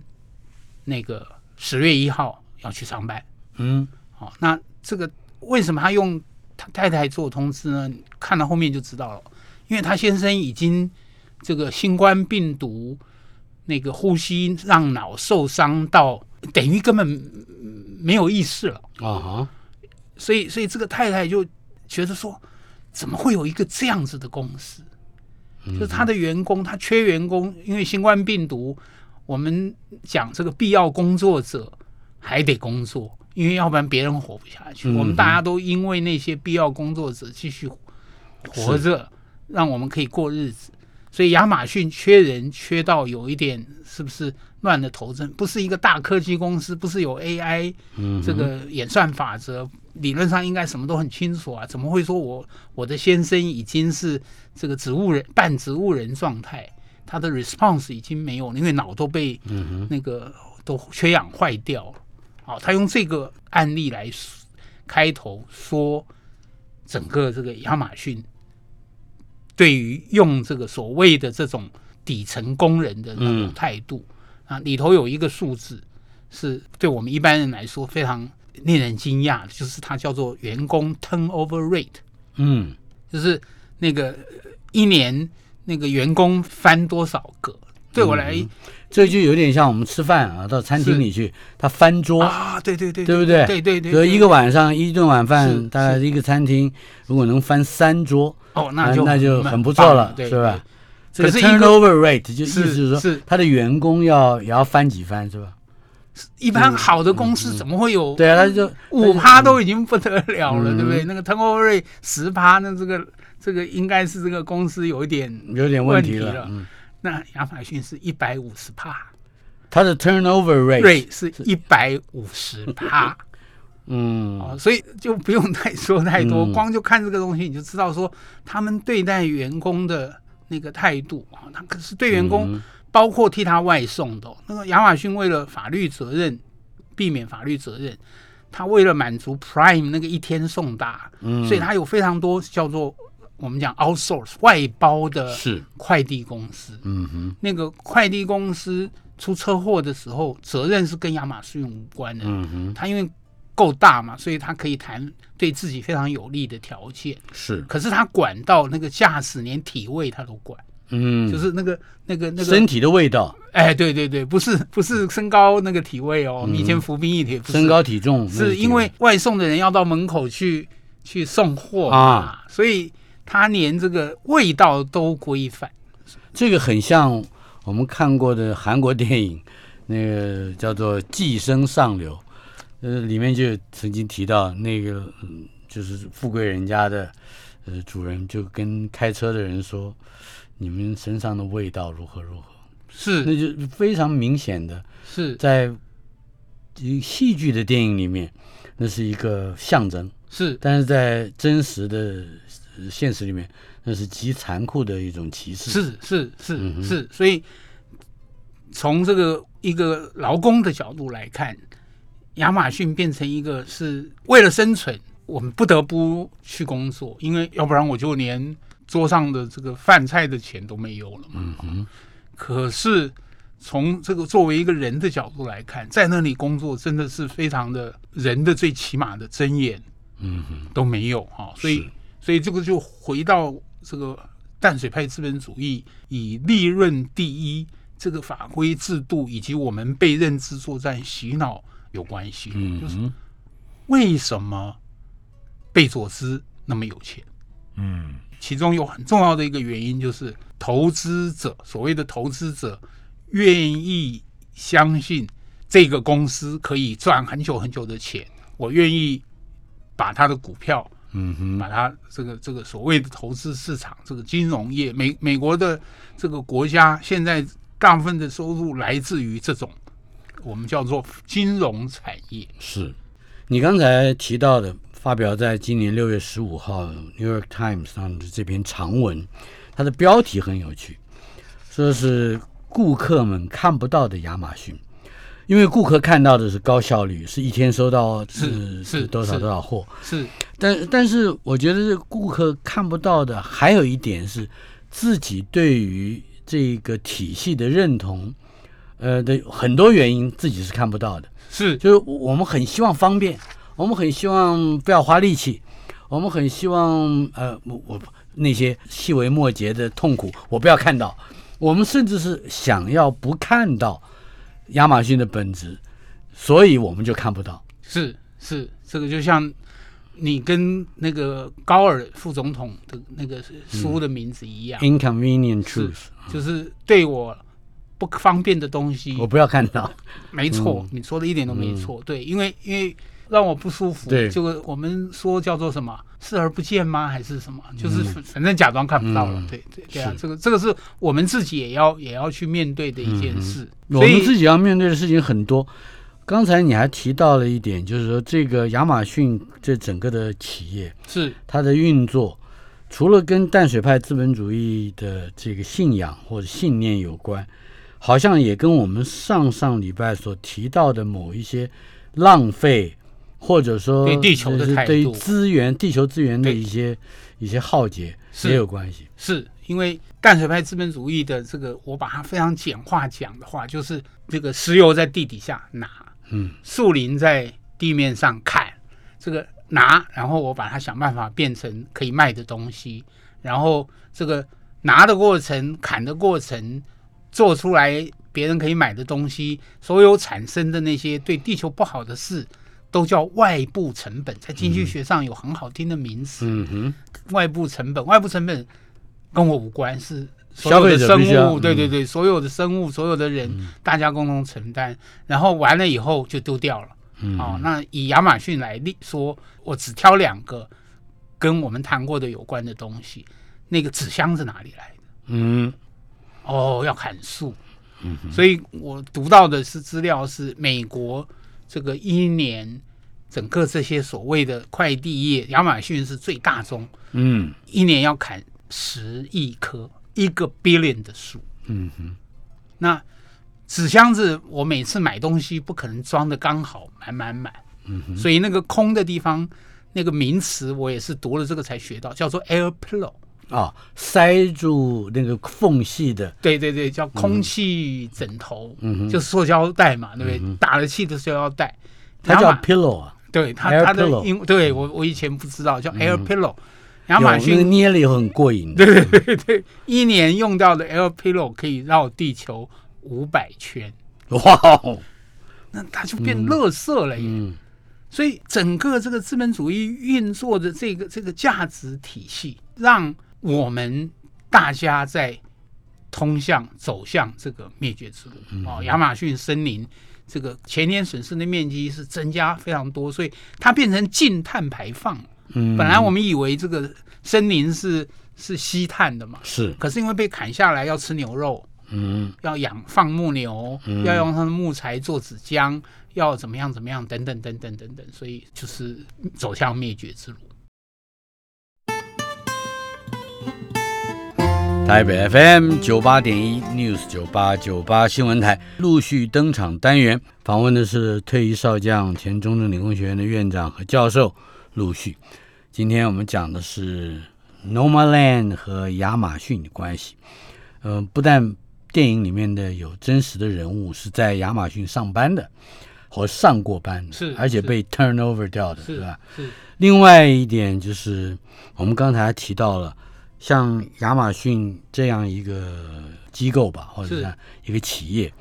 Speaker 3: 那个十月一号要去上班。
Speaker 2: 嗯
Speaker 3: 好、那这个为什么他用他太太做通知呢？看到后面就知道了，因为他先生已经这个新冠病毒那个呼吸让脑受伤到等于根本嗯没有意识了，
Speaker 2: 啊哈，
Speaker 3: 所以所以这个太太就觉得说，怎么会有一个这样子的公司？就是他的员工，他缺员工，因为新冠病毒，我们讲这个必要工作者还得工作，因为要不然别人活不下去。
Speaker 2: 嗯
Speaker 3: 我们大家都因为那些必要工作者继续活着，让我们可以过日子。所以亚马逊缺人缺到有一点是不是乱了头阵？不是一个大科技公司，不是有 AI
Speaker 2: 嗯
Speaker 3: 这个演算法则，理论上应该什么都很清楚啊，怎么会说我我的先生已经是这个植物人半植物人状态，他的 response 已经没有了，因为脑都被那个都缺氧坏掉了。好，他用这个案例来开头说整个这个亚马逊对于用这个所谓的这种底层工人的那种态度、
Speaker 2: 嗯
Speaker 3: 啊，里头有一个数字是对我们一般人来说非常令人惊讶的，就是它叫做员工 turnover rate，
Speaker 2: 嗯
Speaker 3: 就是那个呃一年那个员工翻多少个。对我来、
Speaker 2: 这就有点像我们吃饭啊，到餐厅里去，他翻桌，
Speaker 3: 啊，对对对
Speaker 2: 嗯对不对？
Speaker 3: 对对对对，
Speaker 2: 所以一个晚上一顿晚
Speaker 3: 是
Speaker 2: 饭，大概一个餐厅如果能翻三桌，
Speaker 3: 哦，
Speaker 2: 啊
Speaker 3: 那就
Speaker 2: 那就很不错
Speaker 3: 棒
Speaker 2: 了，
Speaker 3: 对
Speaker 2: 是吧？？这
Speaker 3: 可
Speaker 2: 个
Speaker 3: 是一个
Speaker 2: turnover rate 就意思
Speaker 3: 是
Speaker 2: 是说
Speaker 3: 是，
Speaker 2: 他的员工要也要翻几番，是吧？
Speaker 3: 一般好的公司怎么会有
Speaker 2: 对啊，嗯他就
Speaker 3: 五趴都已经不得了了，对不对？那个腾欧瑞十趴，那这个这个应该是这个公司有一点
Speaker 2: 有点问题
Speaker 3: 问
Speaker 2: 了。
Speaker 3: 题了
Speaker 2: 嗯，
Speaker 3: 那亚马逊是一百五十帕，
Speaker 2: 他的 turnover rate，
Speaker 3: 瑞是一百五十帕
Speaker 2: 嗯，
Speaker 3: 哦，所以就不用太说太多，
Speaker 2: 嗯
Speaker 3: 光就看这个东西你就知道说他们对待员工的那个态度啊、他可是对员工
Speaker 2: 嗯
Speaker 3: 包括替他外送的哦、那个亚马逊为了法律责任，避免法律责任，他为了满足 Prime 那个一天送达，
Speaker 2: 嗯
Speaker 3: 所以它有非常多叫做我们讲 outsource 外包的
Speaker 2: 是，
Speaker 3: 快递公司，
Speaker 2: 嗯哼，
Speaker 3: 那个快递公司出车祸的时候，责任是跟亚马逊无关的。
Speaker 2: 嗯哼，
Speaker 3: 它因为够大嘛，所以它可以谈对自己非常有利的条件。
Speaker 2: 是，
Speaker 3: 可是它管到那个驾驶连体味它都管，
Speaker 2: 嗯，
Speaker 3: 就是那个那个那个
Speaker 2: 身，体的味道，
Speaker 3: 哎，对对对，不是不是身高那个体味哦，我们以前服兵役也不
Speaker 2: 嗯
Speaker 3: 是
Speaker 2: 身高体重，那
Speaker 3: 是因为外送的人要到门口去去送货
Speaker 2: 啊
Speaker 3: 啊，所以他连这个味道都规范。
Speaker 2: 这个很像我们看过的韩国电影， 那个叫做《寄生上流》，呃，里面就曾经提到那个，嗯，就是富贵人家的，呃，主人就跟开车的人说，你们身上的味道如何如何，
Speaker 3: 是
Speaker 2: 那就非常明显的，
Speaker 3: 是
Speaker 2: 在一戏剧的电影里面，那是一个象征，
Speaker 3: 是
Speaker 2: 但是在真实的、呃现实里面，那是极残酷的一种歧视。
Speaker 3: 是是
Speaker 2: 嗯哼
Speaker 3: 是是，所以从这个一个劳工的角度来看，亚马逊变成一个是为了生存，我们不得不去工作，因为要不然我就连桌上的这个饭菜的钱都没有了
Speaker 2: 嗯
Speaker 3: 嘛。可是从这个作为一个人的角度来看，在那里工作真的是非常的人的最起码的尊严
Speaker 2: 嗯哼，
Speaker 3: 都没有啊，所以
Speaker 2: 是
Speaker 3: 所以这个就回到这个淡水派资本主义以利润第一这个法规制度以及我们被认知作战洗脑有关系。
Speaker 2: 嗯
Speaker 3: 就是
Speaker 2: 哼，
Speaker 3: 为什么贝佐斯那么有钱？
Speaker 4: 嗯，
Speaker 3: 其中有很重要的一个原因就是投资者，所谓的投资者愿意相信这个公司可以赚很久很久的钱，我愿意把他的股票
Speaker 2: 嗯哼，
Speaker 3: 把它这个这个所谓的投资市场，这个金融业，美美国的这个国家现在大部分的收入来自于这种我们叫做金融产业。
Speaker 2: 是。你刚才提到的，发表在今年六月十五号《New York Times》上的这篇长文，它的标题很有趣，说是顾客们看不到的亚马逊。因为顾客看到的是高效率，是一天收到
Speaker 3: 是
Speaker 2: 呃
Speaker 3: 是
Speaker 2: 多少
Speaker 3: 是
Speaker 2: 多少货，
Speaker 3: 是
Speaker 2: 但但是我觉得这顾客看不到的还有一点是自己对于这个体系的认同，呃的很多原因自己是看不到的。
Speaker 3: 是
Speaker 2: 就是我们很希望方便，我们很希望不要花力气，我们很希望呃我我那些细微末节的痛苦我不要看到，我们甚至是想要不看到亚马逊的本质，所以我们就看不到。
Speaker 3: 是是，这个就像你跟那个高尔副总统的那个书的名字一样，
Speaker 2: 嗯 Inconvenient
Speaker 3: 是
Speaker 2: truth，
Speaker 3: 就是对我不方便的东西，
Speaker 2: 我不要嗯看到。
Speaker 3: 没错，你说的一点都没错。对，因为因为让我不舒服
Speaker 2: 对，
Speaker 3: 这个我们说叫做什么视而不见吗？还是什么？就是反反正假装看不到了。
Speaker 2: 嗯
Speaker 3: 对对对啊
Speaker 2: 是，
Speaker 3: 这个这个是我们自己也要也要去面对的一件事。
Speaker 2: 嗯我
Speaker 3: 所以
Speaker 2: 们自己要面对的事情很多。刚才你还提到了一点，就是说这个亚马逊这整个的企业，
Speaker 3: 是
Speaker 2: 它的运作，除了跟淡水派资本主义的这个信仰或者信念有关，好像也跟我们上上礼拜所提到的某一些浪费，或者说
Speaker 3: 对地球的
Speaker 2: 就是
Speaker 3: 态度
Speaker 2: 对于资源、地球资源的
Speaker 3: 对
Speaker 2: 一些一些浩劫
Speaker 3: 是
Speaker 2: 也有关系。
Speaker 3: 是因为淡水派资本主义的这个，我把它非常简化讲的话，就是这个石油在地底下拿，
Speaker 2: 嗯，
Speaker 3: 树林在地面上砍，这个拿，然后我把它想办法变成可以卖的东西，然后这个拿的过程、砍的过程，做出来别人可以买的东西，所有产生的那些对地球不好的事。都叫外部成本，在经济学上有很好听的名词。
Speaker 2: 嗯哼，
Speaker 3: 外部成本，外部成本跟我无关，是所有的
Speaker 2: 消费者
Speaker 3: 生
Speaker 2: 必须要
Speaker 3: 物，对对
Speaker 2: 嗯
Speaker 3: 对，所有的生物，所有的人，大家共同承担，然后完了以后就丢掉了。
Speaker 2: 嗯
Speaker 3: 哦，那以亚马逊来例说，我只挑两个跟我们谈过的有关的东西，那个纸箱是哪里来的？
Speaker 2: 嗯
Speaker 3: 哦，要砍树。所以我读到的是资料是美国这个一年整个这些所谓的快递业，亚马逊是最大宗，
Speaker 2: 嗯
Speaker 3: 一年要砍十亿棵，一个 billion 的树。
Speaker 2: 嗯哼
Speaker 3: 那纸箱子，我每次买东西不可能装的刚好满满满，嗯、所以那个空的地方，那个名词我也是读了这个才学到，叫做 air pillow。
Speaker 2: 啊，塞住那个缝隙的，
Speaker 3: 对对对，
Speaker 2: 嗯
Speaker 3: 叫空气枕头，就塑胶袋嘛，对不对？打了气的塑胶袋，
Speaker 2: 嗯它
Speaker 3: 亚
Speaker 2: 叫
Speaker 3: 马
Speaker 2: pillow 啊，
Speaker 3: 对它
Speaker 2: air
Speaker 3: 它的
Speaker 2: pillow
Speaker 3: 英，对我我以前不知道叫 air pillow，亚
Speaker 2: 嗯有
Speaker 3: 马
Speaker 2: 那个
Speaker 3: 逊
Speaker 2: 捏了以后很过瘾的，对
Speaker 3: 一年用到的 air pillow 可以绕地球五百圈，
Speaker 2: 哇哦，
Speaker 3: 那它就变垃圾了耶。
Speaker 2: 嗯
Speaker 3: 所以整个这个资本主义运作的这个这个价值体系，让我们大家在通向走向这个灭绝之路。
Speaker 2: 嗯
Speaker 3: 哦，亚马逊森林这个前年损失的面积是增加非常多，所以它变成近碳排放。
Speaker 2: 嗯，
Speaker 3: 本来我们以为这个森林是是吸碳的嘛，
Speaker 2: 是
Speaker 3: 可是因为被砍下来要吃牛肉，
Speaker 2: 嗯
Speaker 3: 要养放牧牛，要用它的木材做纸浆，要怎么样怎么样等等等等等等，所以就是走向灭绝之路。
Speaker 2: 台北 FM 九八点一 News 九八九八新闻台陆续登场单元，访问的是退役少将、前中正理工学院的院长和教授陆续。今天我们讲的是 Nomaland 和亚马逊的关系。嗯、不但电影里面的有真实的人物是在亚马逊上班的，或上过班的，
Speaker 3: 是
Speaker 2: 而且
Speaker 3: 是
Speaker 2: 被 turn over 掉的，
Speaker 3: 是
Speaker 2: 吧？
Speaker 3: 是，啊
Speaker 2: 另外一点就是，我们刚才提到了，像亚马逊这样一个机构吧，或者
Speaker 3: 是
Speaker 2: 是一个企业，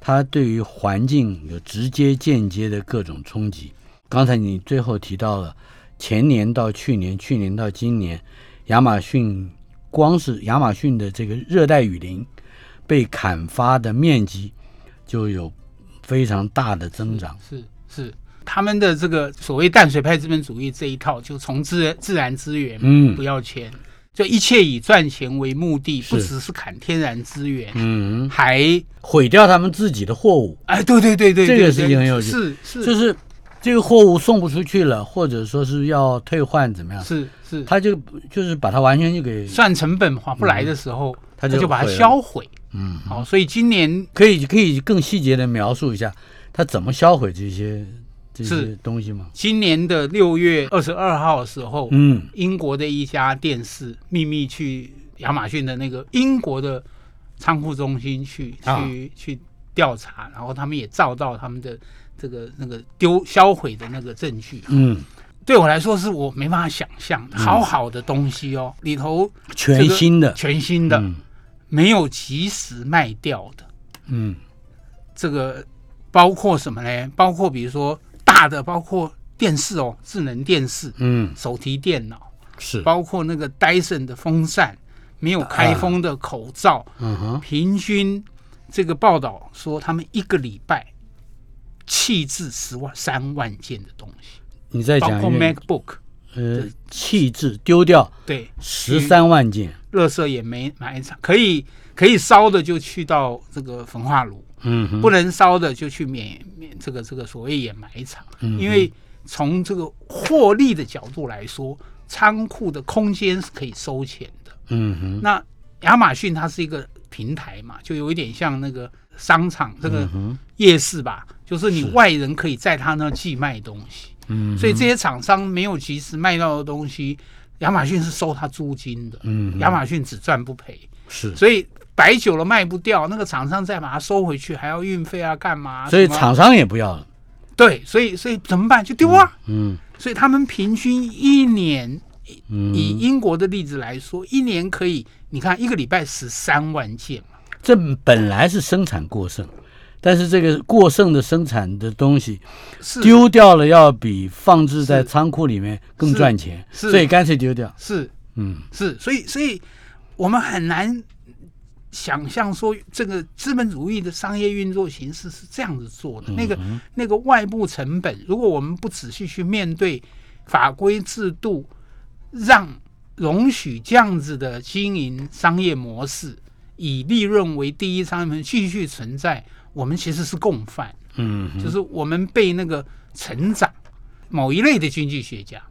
Speaker 2: 它对于环境有直接、间接的各种冲击。刚才你最后提到了，前年到去年，去年到今年，亚马逊光是亚马逊的这个热带雨林被砍伐的面积就有非常大的增长。
Speaker 3: 是是。他们的这个所谓淡水派资本主义这一套，就从自自然资源，
Speaker 2: 嗯
Speaker 3: 不要钱，就一切以赚钱为目的，不
Speaker 2: 是
Speaker 3: 只是砍天然资源，
Speaker 2: 嗯，
Speaker 3: 还
Speaker 2: 毁掉他们自己的货物。
Speaker 3: 哎，对对对对，
Speaker 2: 这个
Speaker 3: 对
Speaker 2: 事
Speaker 3: 对
Speaker 2: 情很有趣
Speaker 3: 是是
Speaker 2: 就是这个货物送不出去了，或者说是要退换怎么样，
Speaker 3: 是是，
Speaker 2: 他就就是把它完全就给
Speaker 3: 算成本划不来的时候，
Speaker 2: 他嗯就
Speaker 3: 就把它
Speaker 2: 毁了
Speaker 3: 销毁。
Speaker 2: 嗯，
Speaker 3: 好，所以今年
Speaker 2: 可以可以更细节的描述一下他怎么销毁这些这些
Speaker 3: 是
Speaker 2: 东西吗？
Speaker 3: 今年的六月二十二号的时候，
Speaker 2: 嗯
Speaker 3: 英国的一家电视秘密去亚马逊的那个英国的仓库中心去去、
Speaker 2: 啊
Speaker 3: 去调查，然后他们也照到他们的这个那个丢销毁的那个证据。
Speaker 2: 嗯，
Speaker 3: 对我来说，是我没办法想象的，好好的东西哦，里头
Speaker 2: 全新的，
Speaker 3: 全新的，
Speaker 2: 嗯
Speaker 3: 没有及时卖掉的。
Speaker 2: 嗯
Speaker 3: 这个包括什么呢？包括比如说大的，包括电视哦，智能电视、
Speaker 2: 嗯
Speaker 3: 手提电脑，
Speaker 2: 是，
Speaker 3: 包括那个 Dyson 的风扇，没有开封的口罩，
Speaker 2: 嗯哼，
Speaker 3: 平均这个报道说他们一个礼拜弃置十万三万件的东西，
Speaker 2: 你再
Speaker 3: 包
Speaker 2: 讲
Speaker 3: 括
Speaker 2: 一遍，
Speaker 3: MacBook，
Speaker 2: 呃，弃置丢掉
Speaker 3: 对，
Speaker 2: 十三万件，
Speaker 3: 垃圾也没埋藏，可以可以烧的就去到这个焚化炉，
Speaker 2: 嗯哼，
Speaker 3: 不能烧的就去免免这个这个所谓掩埋场，
Speaker 2: 嗯
Speaker 3: 因为从这个获利的角度来说，仓库的空间是可以收钱的。
Speaker 2: 嗯哼，
Speaker 3: 那亚马逊它是一个平台嘛，就有一点像那个商场
Speaker 2: 嗯
Speaker 3: 这个夜市吧，就是你外人可以在他那寄卖东西，
Speaker 2: 嗯
Speaker 3: 所以这些厂商没有及时卖到的东西，亚马逊是收他租金的，
Speaker 2: 嗯
Speaker 3: 亚马逊只赚不赔。
Speaker 2: 是，
Speaker 3: 所以摆久了卖不掉，那个厂商再把它收回去，还要运费啊，干嘛？
Speaker 2: 所以
Speaker 3: 什么
Speaker 2: 厂商也不要了，
Speaker 3: 对，所以所以怎么办？就丢啊！
Speaker 2: 嗯
Speaker 3: 所以他们平均一年，以
Speaker 2: 嗯，
Speaker 3: 英国的例子来说，一年可以，你看一个礼拜十三万件嘛，
Speaker 2: 这本来是生产过剩，但是这个过剩的生产的东西
Speaker 3: 是
Speaker 2: 丢掉了，要比放置在
Speaker 3: 是
Speaker 2: 仓库里面更
Speaker 3: 是
Speaker 2: 赚钱，
Speaker 3: 是
Speaker 2: 所以干脆丢掉。
Speaker 3: 是
Speaker 2: 嗯
Speaker 3: 是，所以所以我们很难想象说这个资本主义的商业运作形式是这样子做的，那个那个外部成本，如果我们不仔细去面对法规制度，让容许这样子的经营商业模式，以利润为第一商业模式继续存在，我们其实是共犯，
Speaker 2: 嗯哼，
Speaker 3: 就是我们被那个成长某一类的经济学家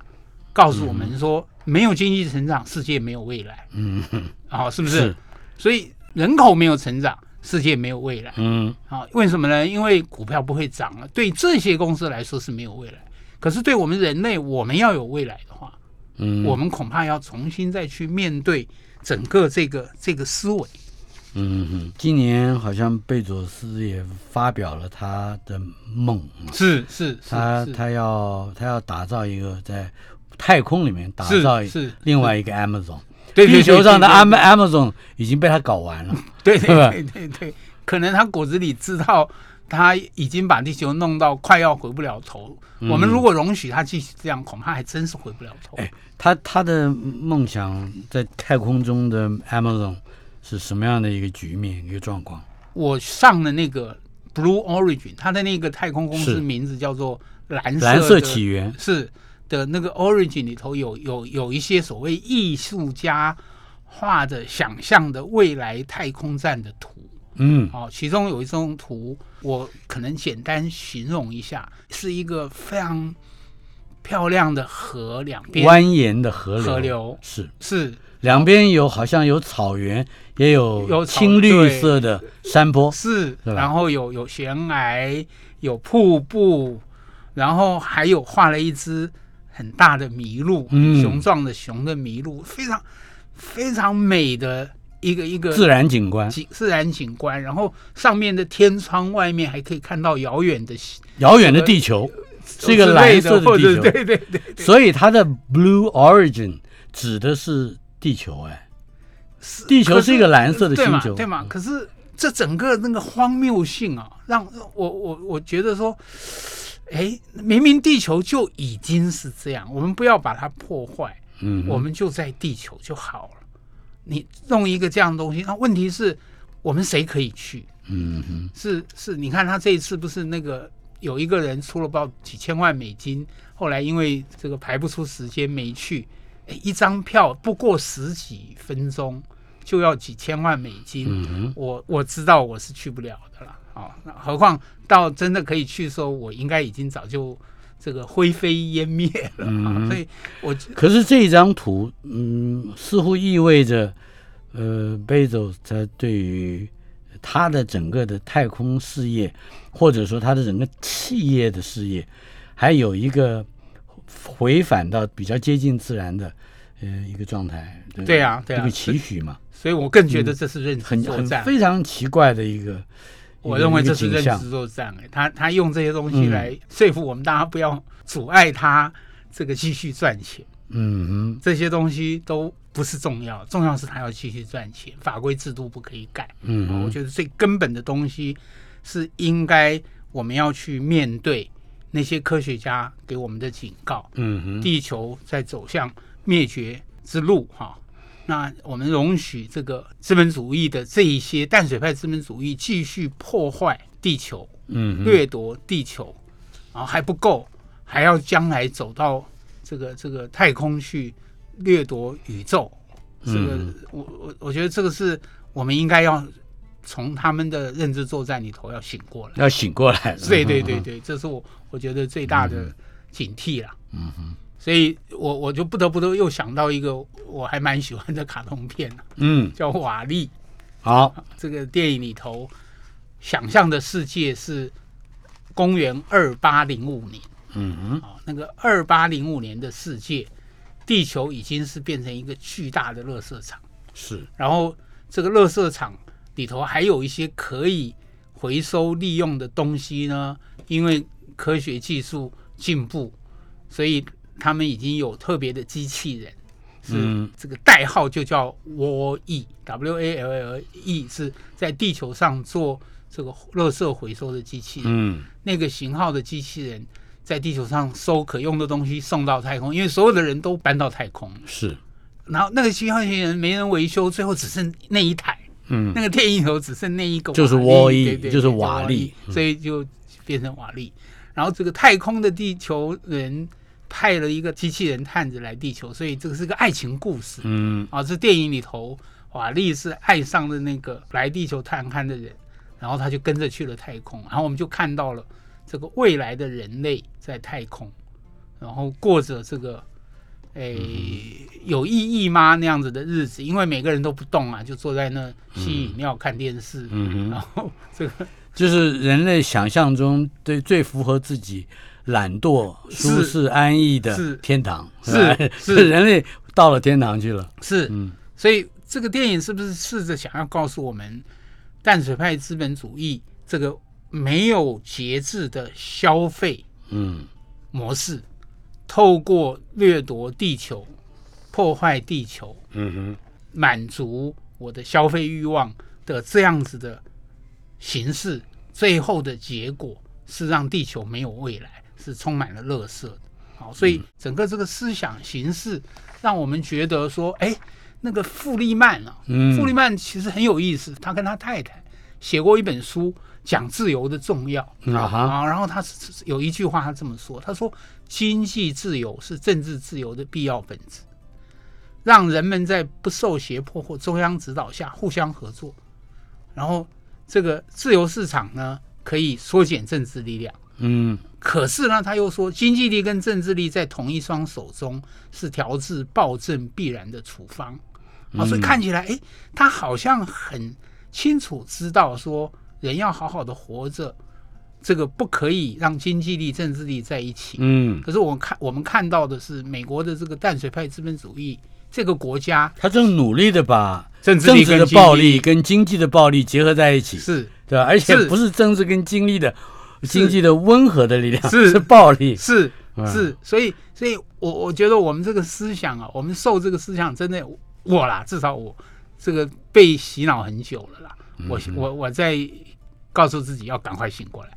Speaker 3: 告诉我们说，没有经济成长，世界没有未来，
Speaker 2: 嗯哼，
Speaker 3: 啊、是不
Speaker 2: 是，
Speaker 3: 所以人口没有成长，世界没有未来
Speaker 2: 嗯
Speaker 3: 啊。为什么呢？因为股票不会涨了，对这些公司来说是没有未来。可是对我们人类，我们要有未来的话，
Speaker 2: 嗯，
Speaker 3: 我们恐怕要重新再去面对整个这个这个思维。
Speaker 2: 嗯哼，今年好像贝佐斯也发表了他的梦啊，
Speaker 3: 是是
Speaker 2: 他
Speaker 3: 是是
Speaker 2: 他要他要打造一个在太空里面打造
Speaker 3: 是是
Speaker 2: 另外一个 Amazon，
Speaker 3: 对
Speaker 2: 地球上的 Am
Speaker 3: 安
Speaker 2: Amazon 已经被他搞完了，
Speaker 3: 对
Speaker 2: 是吧
Speaker 3: 对对对对，可能他骨子里知道他已经把地球弄到快要回不了头。
Speaker 2: 嗯
Speaker 3: 我们如果容许他继续这样，恐怕还真是回不了头。
Speaker 2: 哎，他他的梦想在太空中的 Amazon 是什么样的一个局面一个状况？
Speaker 3: 我上的那个 Blue Origin，它的那个太空公
Speaker 2: 是
Speaker 3: 司名字叫做蓝色
Speaker 2: 蓝色
Speaker 3: 的
Speaker 2: 起源，
Speaker 3: 是的那个 Origin 里头有有有一些所谓艺术家画的想象的未来太空站的图
Speaker 2: 嗯
Speaker 3: 哦，其中有一张图我可能简单形容一下，是一个非常漂亮的河，两边
Speaker 2: 蜿蜒的河流，
Speaker 3: 河流
Speaker 2: 是
Speaker 3: 是
Speaker 2: 两边有好像有草原，也有
Speaker 3: 有草
Speaker 2: 青绿
Speaker 3: 对
Speaker 2: 色的山坡，
Speaker 3: 是，
Speaker 2: 吧
Speaker 3: 然后有有悬崖，有瀑布，然后还有画了一只很大的麋鹿，
Speaker 2: 嗯
Speaker 3: 雄壮的雄的麋鹿，非常非常美的一个一个
Speaker 2: 自然景观，
Speaker 3: 景自然景观。然后上面的天窗外面还可以看到遥远的西
Speaker 2: 遥远的地球是一
Speaker 3: 之
Speaker 2: 个
Speaker 3: 类
Speaker 2: 蓝色
Speaker 3: 或者
Speaker 2: 地球，
Speaker 3: 对对对，
Speaker 2: 所以它的 Blue Origin 指的是地球，哎，地球
Speaker 3: 可
Speaker 2: 是一个蓝色的
Speaker 3: 对
Speaker 2: 星
Speaker 3: 嘛
Speaker 2: 球，
Speaker 3: 对嘛？可是这整个那个荒谬性啊，让我我我觉得说，哎，明明地球就已经是这样，我们不要把它破坏，
Speaker 2: 嗯，
Speaker 3: 我们就在地球就好了。你弄一个这样的东西，那问题是我们谁可以去？
Speaker 2: 嗯哼，
Speaker 3: 是是，你看他这一次不是那个有一个人出了报几千万美金，后来因为这个排不出时间没去，哎一张票不过十几分钟就要几千万美金，
Speaker 2: 嗯
Speaker 3: 我我知道我是去不了的啦，哦，那何况到真的可以去的时候，我应该已经早就这个灰飞烟灭了啊，
Speaker 2: 嗯
Speaker 3: 所以我
Speaker 2: 可是这一张图，嗯，似乎意味着，呃，贝佐斯他对于他的整个的太空事业，或者说他的整个企业的事业，还有一个回返到比较接近自然的，呃，一个状态。对
Speaker 3: 对啊对啊
Speaker 2: 一个期许嘛，
Speaker 3: 所以我更觉得这是认知
Speaker 2: 很
Speaker 3: 作
Speaker 2: 很
Speaker 3: 战。
Speaker 2: 非常奇怪的一个，
Speaker 3: 我
Speaker 2: 一个
Speaker 3: 认为
Speaker 2: 一个
Speaker 3: 这是
Speaker 2: 景
Speaker 3: 认
Speaker 2: 象嗯
Speaker 3: 知作战、哎，他他用这些东西来说服我们大家不要阻碍他这个继续赚钱，
Speaker 2: 嗯
Speaker 3: 这些东西都不是重要，重要是他要继续赚钱，法规制度不可以改。
Speaker 2: 哼，嗯
Speaker 3: 我
Speaker 2: 哼，
Speaker 3: 觉得最根本的东西是应该我们要去面对那些科学家给我们的警告，
Speaker 2: 嗯哼，
Speaker 3: 地球在走向灭绝之路哈。那我们容许这个资本主义的这一些淡水派资本主义继续破坏地球，
Speaker 2: 嗯哼，
Speaker 3: 掠夺地球，然后还不够，还要将来走到这个这个太空去掠夺宇宙。这个、
Speaker 2: 嗯
Speaker 3: 我我我觉得这个是我们应该要从他们的认知作战里头要醒过来。
Speaker 2: 要醒过来了。
Speaker 3: 对对对对，这是我我觉得最大的警惕了。嗯哼，所以我我就不得不都又想到一个我还蛮喜欢的卡通片、啊、
Speaker 2: 嗯，
Speaker 3: 叫《瓦力》。
Speaker 2: 好，
Speaker 3: 这个电影里头想象的世界是公元二八零五年
Speaker 2: 嗯哼，
Speaker 3: 啊、那个二八零五年的世界，地球已经是变成一个巨大的垃圾场，
Speaker 2: 是，
Speaker 3: 然后这个垃圾场里头还有一些可以回收利用的东西呢，因为科学技术进步，所以他们已经有特别的机器人。是
Speaker 2: 嗯
Speaker 3: 这个代号就叫 WALL-E，W A L L E 是在地球上做这个垃圾回收的机器人。
Speaker 2: 嗯
Speaker 3: 那个型号的机器人在地球上收可用的东西送到太空，因为所有的人都搬到太空了。
Speaker 2: 是，
Speaker 3: 然后那个型号机器人没人维修，最后只剩那一台，
Speaker 2: 嗯
Speaker 3: 那个电影头只剩那一个瓦砾，
Speaker 2: 就是窝羿
Speaker 3: 对对，
Speaker 2: 就是
Speaker 3: 对
Speaker 2: 瓦嗯
Speaker 3: 瓦
Speaker 2: 砾
Speaker 3: 所以就变成瓦砾。然后这个太空的地球人派了一个机器人探子来地球，所以这个是个爱情故事
Speaker 2: 嗯
Speaker 3: 啊。这电影里头，瓦砾是爱上了那个来地球探勘的人，然后他就跟着去了太空，然后我们就看到了这个未来的人类在太空，然后过着这个。诶，
Speaker 2: 嗯
Speaker 3: 有意义吗？那样子的日子，因为每个人都不动啊，就坐在那吸饮料、看电视，
Speaker 2: 嗯
Speaker 3: 然
Speaker 2: 哼，
Speaker 3: 后这个
Speaker 2: 就是人类想象中对最符合自己懒惰、舒
Speaker 3: 是
Speaker 2: 适、安逸的
Speaker 3: 是
Speaker 2: 天堂，
Speaker 3: 是
Speaker 2: 吧
Speaker 3: 是
Speaker 2: 人类到了天堂去了。
Speaker 3: 是，
Speaker 2: 嗯
Speaker 3: 所以这个电影是不是试着想要告诉我们，淡水派资本主义这个没有节制的消费
Speaker 2: 嗯
Speaker 3: 模式，透过掠夺地球、破坏地球、
Speaker 2: 嗯
Speaker 3: 满足我的消费欲望的这样子的形式，最后的结果是让地球没有未来，是充满了垃圾的。好，所
Speaker 2: 嗯
Speaker 3: 以整个这个思想形式，让我们觉得说，哎，那个富利曼啊，
Speaker 2: 嗯
Speaker 3: 富利曼其实很有意思，他跟他太太写过一本书，讲自由的重要。
Speaker 2: 哼，啊哈，
Speaker 3: 啊，然后他是是有一句话，他这么说：“他说，经济自由是政治自由的必要本质，让人们在不受胁迫或中央指导下互相合作。然后，这个自由市场呢，可以缩减政治力量。
Speaker 2: 嗯
Speaker 3: 可是呢，他又说，经济力跟政治力在同一双手中是调制暴政必然的处方。
Speaker 2: 嗯
Speaker 3: 啊，所以看起来，哎，他好像很清楚知道说，人要好好的活着，这个不可以让经济力、政治力在一起。
Speaker 2: 嗯，
Speaker 3: 可是我看我们看到的是，美国的这个淡水派资本主义这个国家，
Speaker 2: 他正努力的把
Speaker 3: 政治
Speaker 2: 政
Speaker 3: 力
Speaker 2: 治
Speaker 3: 跟
Speaker 2: 的
Speaker 3: 经济
Speaker 2: 暴力跟经济的暴力结合在一起，
Speaker 3: 是
Speaker 2: 对吧？而且
Speaker 3: 是
Speaker 2: 不是政治跟经历的经济的温和的力量，
Speaker 3: 是
Speaker 2: 是暴力。
Speaker 3: 是
Speaker 2: 嗯
Speaker 3: 是，所以所以我我觉得我们这个思想啊，我们受这个思想真的我啦，至少我这个被洗脑很久了啦。我我我在告诉自己要赶快醒过来，